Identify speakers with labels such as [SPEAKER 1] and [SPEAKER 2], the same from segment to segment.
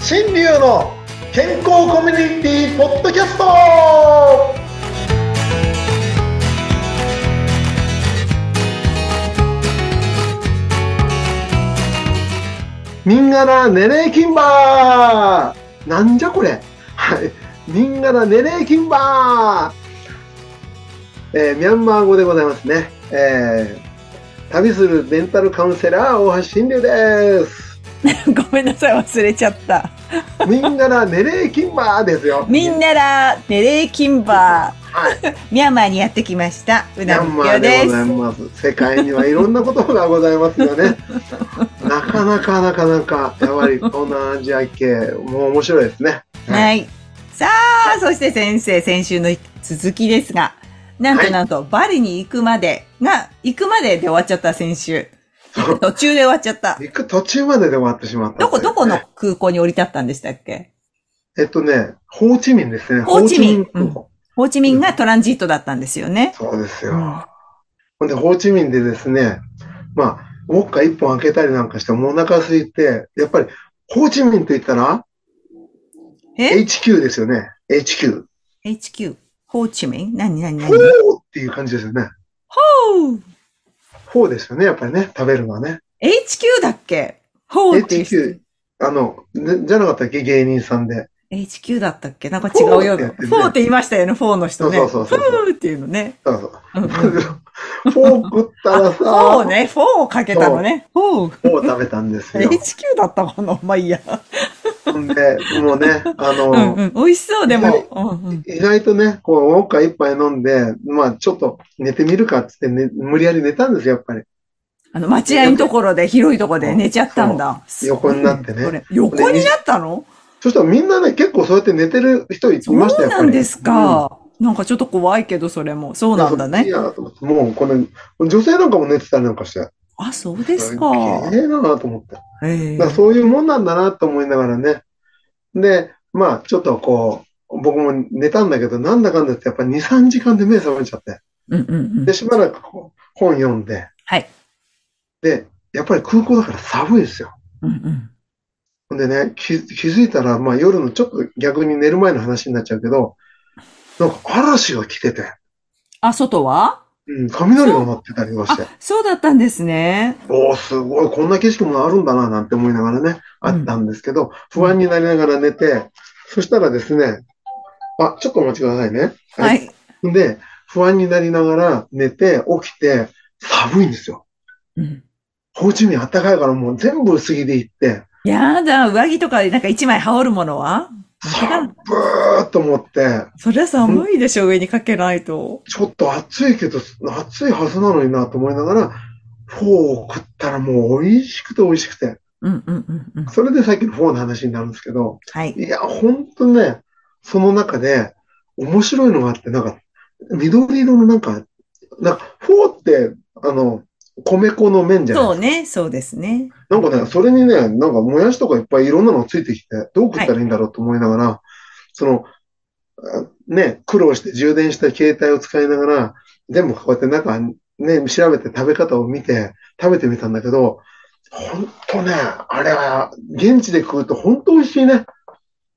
[SPEAKER 1] 新流の健康コミュニティポッドキャストはみんがなねねえきんばーなんじゃこれはい。みんがなねねえきんばーえーミャンマー語でございますね。えー旅するメンタルカウンセラー大橋新流です。
[SPEAKER 2] ごめんなさい、忘れちゃった。
[SPEAKER 1] みんがなねねえきんばーですよ。
[SPEAKER 2] みんなら、ネレーキンバ
[SPEAKER 1] はい。
[SPEAKER 2] ー、ミャンマーにやってきました。う
[SPEAKER 1] ミ
[SPEAKER 2] な
[SPEAKER 1] ャ
[SPEAKER 2] み
[SPEAKER 1] ン
[SPEAKER 2] き
[SPEAKER 1] マ
[SPEAKER 2] よ
[SPEAKER 1] ーで
[SPEAKER 2] で
[SPEAKER 1] ご
[SPEAKER 2] す
[SPEAKER 1] ざい。ます。世界にはいろんなことがございますよね。なかなかなかなか、やはり東南アジア系、もう面白いですね。
[SPEAKER 2] はい。さあ、そして先生、先週の続きですが、なん
[SPEAKER 1] は
[SPEAKER 2] と
[SPEAKER 1] い
[SPEAKER 2] なんと、バリに行くまでが、行くまでで終わっちゃった、先週。
[SPEAKER 1] そう
[SPEAKER 2] 途中で終わっちゃった。
[SPEAKER 1] 行く途中までで終わってしまった。
[SPEAKER 2] どこ、どこの空港に降り立ったんでしたっけ
[SPEAKER 1] えっとね、ホーチミンですね。
[SPEAKER 2] ホーチミン
[SPEAKER 1] ホーチミン港
[SPEAKER 2] ホーチミンがトランジットだったんですよね。
[SPEAKER 1] そうですよ。
[SPEAKER 2] うん
[SPEAKER 1] ほんで、ホーチミンでですね、まあ、ウォッカ一本開けたりなんかしてもお腹空いて、やっぱり、ホーチミンって言ったら、
[SPEAKER 2] え
[SPEAKER 1] HQ ですよね。HQ。
[SPEAKER 2] ?HQ。ホーチミン何何
[SPEAKER 1] ほ
[SPEAKER 2] 何
[SPEAKER 1] ーっていう感じですよね。
[SPEAKER 2] ほう
[SPEAKER 1] ほーですよね、やっぱりね、食べるのはね。
[SPEAKER 2] !HQ だっけほうっていう人。
[SPEAKER 1] HQ あの、ねじゃなかったっけ芸人さんで。
[SPEAKER 2] HQ だったっけなんか違うよう
[SPEAKER 1] フォーってや
[SPEAKER 2] な。
[SPEAKER 1] ってるね
[SPEAKER 2] フォーって言いましたよね、フォーの人ね。
[SPEAKER 1] そうそうそうそう
[SPEAKER 2] フーっていうのね。
[SPEAKER 1] そうそう。
[SPEAKER 2] うんうん
[SPEAKER 1] フォー食ったらさ、
[SPEAKER 2] あフォーね、フォーをかけたのね。フォー。
[SPEAKER 1] フォー食べたんですよ。
[SPEAKER 2] HQ だったかなまあいいや。
[SPEAKER 1] ほんで、もうね、あ
[SPEAKER 2] う
[SPEAKER 1] の
[SPEAKER 2] ん、うん。美味しそう、で
[SPEAKER 1] はい
[SPEAKER 2] も。うんうん
[SPEAKER 1] 意外とね、こう、ウォッカ一杯飲んで、まあ、ちょっと寝てみるかっつって、ね、無理やり寝たんですよ、やっぱり。
[SPEAKER 2] あの、待合のところで、広いところで寝ちゃったんだ。
[SPEAKER 1] う横になってね
[SPEAKER 2] これ横になったの
[SPEAKER 1] そしたらみんなね、結構そうやって寝てる人い
[SPEAKER 2] そう
[SPEAKER 1] ましたよ、やっぱり
[SPEAKER 2] なんですか。なんかちょっと怖いけど、それも。そうなんだ
[SPEAKER 1] い
[SPEAKER 2] ね。
[SPEAKER 1] や、と思ってもう、この、女性なんかも寝てたりなんかして。
[SPEAKER 2] あ、そうですか。
[SPEAKER 1] 綺麗だなと思って。
[SPEAKER 2] ええ
[SPEAKER 1] だからそういうもんなんだなと思いながらね。で、まあ、ちょっとこう、僕も寝たんだけど、なんだかんだってやっぱ2、3時間で目覚めちゃって。
[SPEAKER 2] うんうんうん
[SPEAKER 1] で、。しばらくこう本読んで。
[SPEAKER 2] はい。
[SPEAKER 1] で、やっぱり空港だから寒いですよ。
[SPEAKER 2] うんうん。
[SPEAKER 1] ほんでね、気気づいたら、まあ夜のちょっと逆に寝る前の話になっちゃうけど、なんか嵐が来てて、
[SPEAKER 2] あ、外は
[SPEAKER 1] うん、雷が鳴ってたりとかして
[SPEAKER 2] あ、、そうだったんですね。
[SPEAKER 1] おお、すごい、こんな景色もあるんだな、なんて思いながらね、あったんですけど、不安になりながら寝て、そしたらですね、あ、ちょっとお待ちくださいね。
[SPEAKER 2] は。い。
[SPEAKER 1] で、不安になりながら寝て、起きて、寒いんですよ。
[SPEAKER 2] うん
[SPEAKER 1] ホーチミン暖かいからもう全部薄着で行って、
[SPEAKER 2] やだ、上着とか、なんか一枚羽織るものは
[SPEAKER 1] 寒ーっと思って、
[SPEAKER 2] そりゃ寒いでしょ、上にかけないと。
[SPEAKER 1] ちょっと暑いけど、暑いはずなのになと思いながら、フォーを食ったらもう美味しくて美味しくて。
[SPEAKER 2] うんうんうんうん。
[SPEAKER 1] それでさっきのフォーの話になるんですけど、
[SPEAKER 2] はい。
[SPEAKER 1] いや、ほんとね、その中で面白いのがあって、なんか、緑色のなんか、なんか、フォーって、あの、米粉の麺じゃない
[SPEAKER 2] そ
[SPEAKER 1] で
[SPEAKER 2] う
[SPEAKER 1] す
[SPEAKER 2] ね、そうですね。
[SPEAKER 1] か。なんかね、それにね、なんか、もやしとかいっぱいいろんなのついてきて、どう食ったらいいんだろうと思いながら、その、あね、苦労して充電した携帯を使いながら、全部こうやって中、ね、調べて食べ方を見て、食べてみたんだけど、ほんとね、あれは、現地で食うとほんと美味しいね。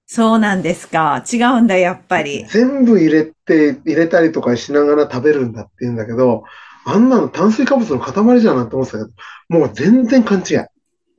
[SPEAKER 2] そうなんですか。違うんだ、やっぱり。
[SPEAKER 1] 全部入れて、入れたりとかしながら食べるんだって言うんだけど、あんなの炭水化物の塊じゃんなんて思ってたけど、もう全然勘違い。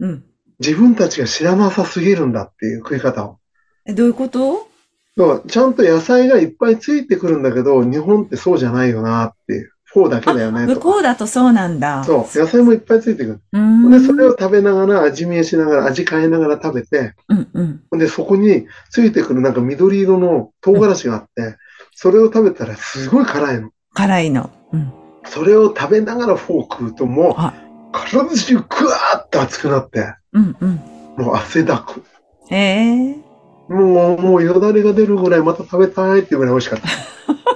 [SPEAKER 2] うん。
[SPEAKER 1] 自分たちが知らなさすぎるんだっていう食い方を。
[SPEAKER 2] えどういうこと
[SPEAKER 1] だからちゃんと野菜がいっぱいついてくるんだけど、日本ってそうじゃないよなっていう。フォーだけだよねと
[SPEAKER 2] 向
[SPEAKER 1] か。
[SPEAKER 2] こうだとそうなんだ。
[SPEAKER 1] そう、野菜もいっぱいついてくる。
[SPEAKER 2] うーん。
[SPEAKER 1] で、それを食べながら、味見しながら、味変えながら食べて、
[SPEAKER 2] うんうん。
[SPEAKER 1] で、そこについてくるなんか緑色の唐辛子があって、それを食べたらすごい辛いの。
[SPEAKER 2] 辛いの。うん。
[SPEAKER 1] それを食べながらフォー食うともう
[SPEAKER 2] は、
[SPEAKER 1] 体中グワーッと熱くなって、
[SPEAKER 2] うんうん。
[SPEAKER 1] もう汗だく。
[SPEAKER 2] ええ
[SPEAKER 1] もう、もうよだれが出るぐらいまた食べたいっていうぐらい美味しか った。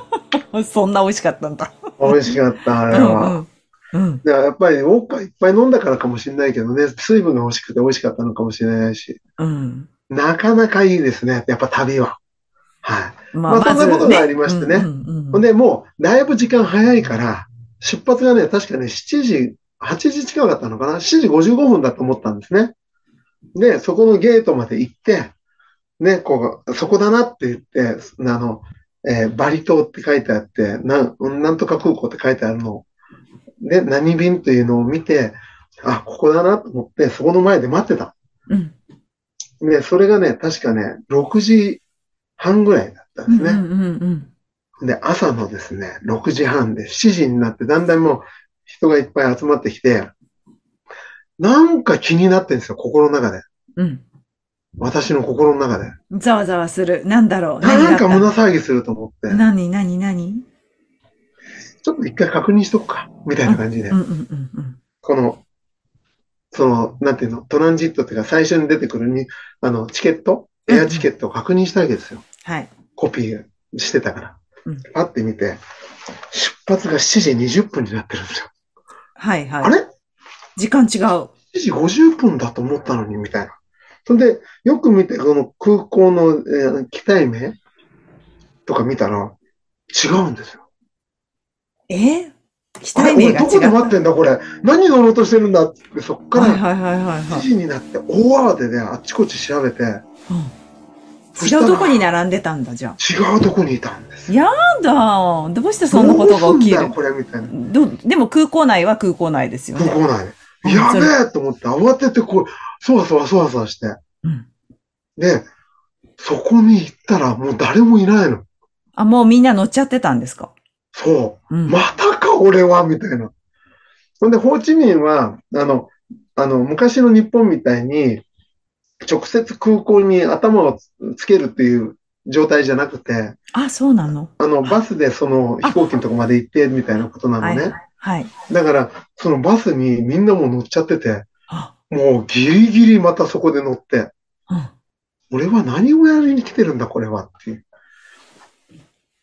[SPEAKER 2] そんな美味しかったんだ。
[SPEAKER 1] 美味しかった、あ
[SPEAKER 2] う
[SPEAKER 1] れは。
[SPEAKER 2] んうん。うん。
[SPEAKER 1] でやっぱりウォッカいっぱい飲んだからかもしれないけどね、水分が欲しくて美味しかったのかもしれないし、
[SPEAKER 2] うん。
[SPEAKER 1] なかなかいいですね、やっぱ旅は。はい。
[SPEAKER 2] ま
[SPEAKER 1] まあそんなことがありましてね
[SPEAKER 2] うんうんうん
[SPEAKER 1] ほんで、もう、だいぶ時間早いから、出発がね、確かね、7時、8時近かったのかな ?7 時55分だと思ったんですね。で、そこのゲートまで行って、ね、こう、そこだなって言って、あの、えーバリ島って書いてあって、なん、なんとか空港って書いてあるのを。で、何便っていうのを見て、あ、ここだなと思って、そこの前で待ってた。
[SPEAKER 2] うん。
[SPEAKER 1] ね、それがね、確かね、6時半ぐらいだったん
[SPEAKER 2] うん
[SPEAKER 1] です
[SPEAKER 2] うん
[SPEAKER 1] ね。
[SPEAKER 2] うん
[SPEAKER 1] で、朝のですね、6時半で、7時になって、だんだんもう人がいっぱい集まってきて、なんか気になってんですよ、心の中で。
[SPEAKER 2] うん。
[SPEAKER 1] 私の心の中で。
[SPEAKER 2] うん。ざわざわする。なんだろう。何
[SPEAKER 1] なんか
[SPEAKER 2] だ
[SPEAKER 1] 胸
[SPEAKER 2] っ
[SPEAKER 1] 騒ぎすると思
[SPEAKER 2] た
[SPEAKER 1] って、
[SPEAKER 2] 何何何
[SPEAKER 1] ちょっと一回確認しとくか、みたいな感じで
[SPEAKER 2] うん。うんうんうん。
[SPEAKER 1] この、その、なんていうの、トランジットっていうか、最初に出てくるに、あの、チケット、エアチケットを確認したわけですよ。
[SPEAKER 2] はい。
[SPEAKER 1] コピーしてたから
[SPEAKER 2] うん。
[SPEAKER 1] パって見て、出発が7時20分になってるんですよ。
[SPEAKER 2] はいはい。
[SPEAKER 1] あれ
[SPEAKER 2] 時間違う。
[SPEAKER 1] 7時50分だと思ったのに、みたいな。それで、よく見て、この空港の、えー機体名とか見たら、違うんですよ。
[SPEAKER 2] え期
[SPEAKER 1] あれ
[SPEAKER 2] 待名
[SPEAKER 1] 俺
[SPEAKER 2] が違
[SPEAKER 1] ど
[SPEAKER 2] う。
[SPEAKER 1] こで待ってんだ、これ。何乗ろうとしてるんだって、そっか
[SPEAKER 2] はい
[SPEAKER 1] ら
[SPEAKER 2] はいはいはい
[SPEAKER 1] 7
[SPEAKER 2] はい。
[SPEAKER 1] 時になって、大慌てであっちこっち調べて、そし
[SPEAKER 2] 違
[SPEAKER 1] たら
[SPEAKER 2] うとこに並んでたんだ、じゃあ。
[SPEAKER 1] 違うとこにいたんです。
[SPEAKER 2] なんだ、どうしてそんなことが起き
[SPEAKER 1] どうすんだよ
[SPEAKER 2] る
[SPEAKER 1] これ、みたいな。
[SPEAKER 2] どでも空港内は空港内ですよ
[SPEAKER 1] 空
[SPEAKER 2] ね。
[SPEAKER 1] 港内で。やべえと思って、慌ててこう、そわそわそわそわして。
[SPEAKER 2] うん
[SPEAKER 1] で、そこに行ったら、もう誰もいないの。
[SPEAKER 2] あ、もうみんな乗っちゃってたんですか
[SPEAKER 1] そう。
[SPEAKER 2] うん。
[SPEAKER 1] またか俺はみたいな。ほんで、ホーチミンは、あの、あの、昔の日本みたいに、直接空港に頭をつつけるっていう状態じゃなくて、
[SPEAKER 2] あ、そうなの
[SPEAKER 1] あの、バスでその飛行機のとこまで行ってみたいなことなの
[SPEAKER 2] はい
[SPEAKER 1] ね。。
[SPEAKER 2] はい。
[SPEAKER 1] だから、そのバスにみんなも乗っちゃってて、
[SPEAKER 2] あ、
[SPEAKER 1] もうギリギリまたそこで乗って、
[SPEAKER 2] うん。
[SPEAKER 1] 俺は何をやりに来てるんだ、これはっていう。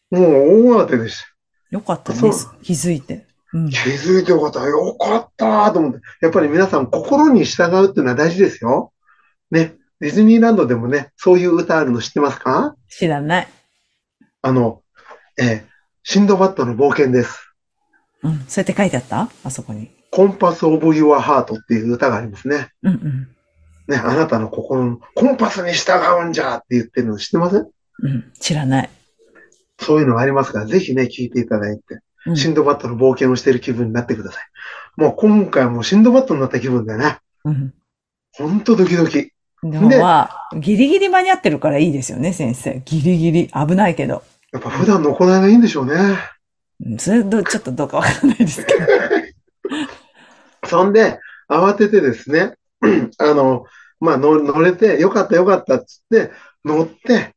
[SPEAKER 1] もう大慌てでした。
[SPEAKER 2] よかったね
[SPEAKER 1] そう、
[SPEAKER 2] 気づいて。うん。
[SPEAKER 1] 気づいてよかった。よかったと思って。やっぱり皆さん心に従うっていうのは大事ですよ。ね。ディズニーランドでもね、そういう歌あるの知ってますか
[SPEAKER 2] 知らない。
[SPEAKER 1] あの、えーシンドバッドの冒険です。
[SPEAKER 2] うん。そうやって書いてあったあそこに。
[SPEAKER 1] コンパスオブユアハートっていう歌がありますね。
[SPEAKER 2] うんうん。
[SPEAKER 1] ね、あなたの心のコンパスに従うんじゃって言ってるの知ってません
[SPEAKER 2] うん。知らない。
[SPEAKER 1] そういうのがありますから、ぜひね、聞いていただいて、
[SPEAKER 2] うん
[SPEAKER 1] シンドバッドの冒険をしている気分になってください。もう今回はもうシンドバッドになった気分だよね。
[SPEAKER 2] うん。
[SPEAKER 1] ほんとドキドキ。
[SPEAKER 2] でもまあ、ギリギリ間に合ってるからいいですよね、先生。ギリギリ。危ないけど。
[SPEAKER 1] やっぱ普段の行いがいいんでしょうね。
[SPEAKER 2] うんそれど、ちょっとどうかわからないですけど。
[SPEAKER 1] そんで、慌ててですね、 あの、まあ、乗乗れて、よかったよかったっつって、乗って、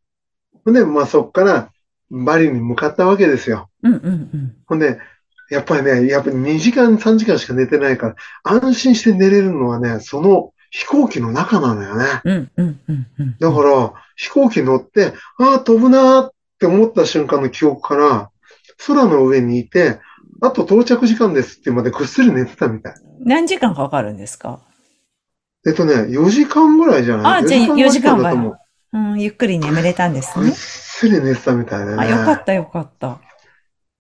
[SPEAKER 1] ほんで、まあ、そっから、バリに向かったわけですよ。
[SPEAKER 2] うんうんうん。
[SPEAKER 1] ほんで、やっぱりね、やっぱり2時間、3時間しか寝てないから、安心して寝れるのはね、その飛行機の中なのよね。
[SPEAKER 2] うんうんうんうん。
[SPEAKER 1] だから、飛行機乗って、ああ、飛ぶなーって思った瞬間の記憶から、空の上にいて、あと到着時間ですってまでぐっすり寝てたみたい。
[SPEAKER 2] 何時間かかるんですか
[SPEAKER 1] えっとね、4時間ぐらいじゃない
[SPEAKER 2] あじゃあ
[SPEAKER 1] 4時間ぐらいだと思う。
[SPEAKER 2] うん、ゆっくり眠れたんです
[SPEAKER 1] ぐっ
[SPEAKER 2] ね。
[SPEAKER 1] すり寝てたみたいだね。
[SPEAKER 2] あ、よかったよかった。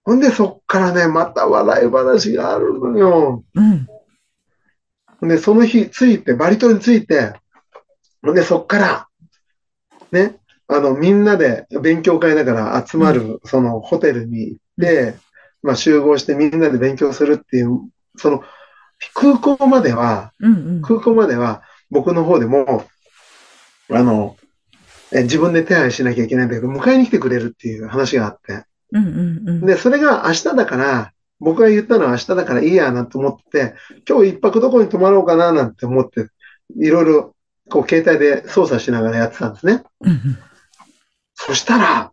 [SPEAKER 1] ほんで、そっからね、また笑い話があるのよ。
[SPEAKER 2] うん。
[SPEAKER 1] ほんで、その日、着いて、バリ島に着いて、ほんで、そっから、ね、あの、みんなで勉強会だから集まる、その、ホテルに行って、まあ、集合してみんなで勉強するっていう、その、空港までは、
[SPEAKER 2] うんうん。
[SPEAKER 1] 空港までは僕の方でも、あの、え自分で手配しなきゃいけないんだけど、迎えに来てくれるっていう話があって。
[SPEAKER 2] うんうんうん。
[SPEAKER 1] で、それが明日だから、僕が言ったのは明日だからいいやなと思って、今日一泊どこに泊まろうかななんて思って、いろいろこう携帯で操作しながらやってたんですね。
[SPEAKER 2] うんうん
[SPEAKER 1] そしたら、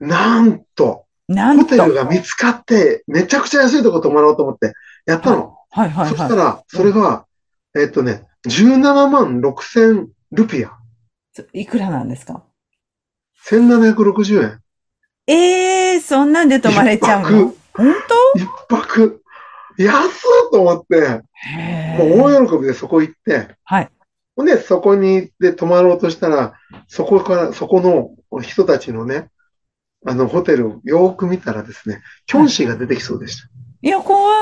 [SPEAKER 1] なんと、
[SPEAKER 2] な
[SPEAKER 1] ホ
[SPEAKER 2] ん
[SPEAKER 1] テ
[SPEAKER 2] と。
[SPEAKER 1] ルが見つかって、めちゃくちゃ安いとこ泊まろうと思って、やったの。
[SPEAKER 2] はいはい
[SPEAKER 1] そした
[SPEAKER 2] は
[SPEAKER 1] ら、それが、えっとね、17万6千ルピア。
[SPEAKER 2] い。いくらなんですか
[SPEAKER 1] 1760円。
[SPEAKER 2] ええー、そんなんで泊まれちゃうの
[SPEAKER 1] 一
[SPEAKER 2] 本
[SPEAKER 1] 一泊。安っと思って、
[SPEAKER 2] 当へ
[SPEAKER 1] も
[SPEAKER 2] え。
[SPEAKER 1] う大喜びでそこ行って。
[SPEAKER 2] はい。
[SPEAKER 1] ほんで、そこに行って泊まろうとしたら、そこから、そこの人たちのね、あの、ホテルをよーく見たらですね、キョンシーが出てきそうでした。
[SPEAKER 2] いや、怖い。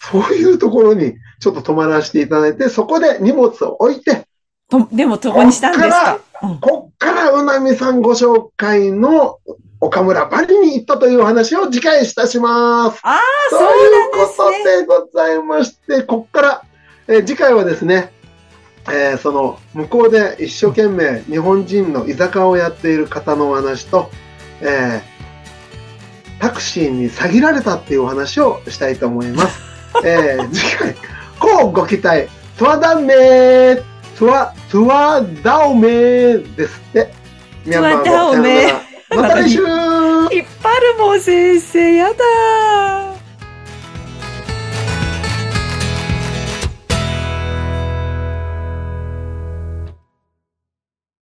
[SPEAKER 1] そういうところにちょっと泊まらせていただいて、そこで荷物を置いて、
[SPEAKER 2] と、でも共にしたんですか。うん
[SPEAKER 1] こっからうなみさんご紹介の岡村バリに行ったというお話を次回いたします。
[SPEAKER 2] ああ、
[SPEAKER 1] と
[SPEAKER 2] そ
[SPEAKER 1] いう
[SPEAKER 2] うなん
[SPEAKER 1] こ
[SPEAKER 2] ですね。
[SPEAKER 1] とでございまして、こっから、えー次回はですね、えーその向こうで一生懸命日本人の居酒屋をやっている方のお話と、えータクシーに詐欺られたっていうお話をしたいと思います。えー次回、こうご期待、トワダメー、トワ、トワダオメーですって。ミャンマー語
[SPEAKER 2] トワダオメー
[SPEAKER 1] さよならまた来週
[SPEAKER 2] 引っ張るもん、先生。やだー。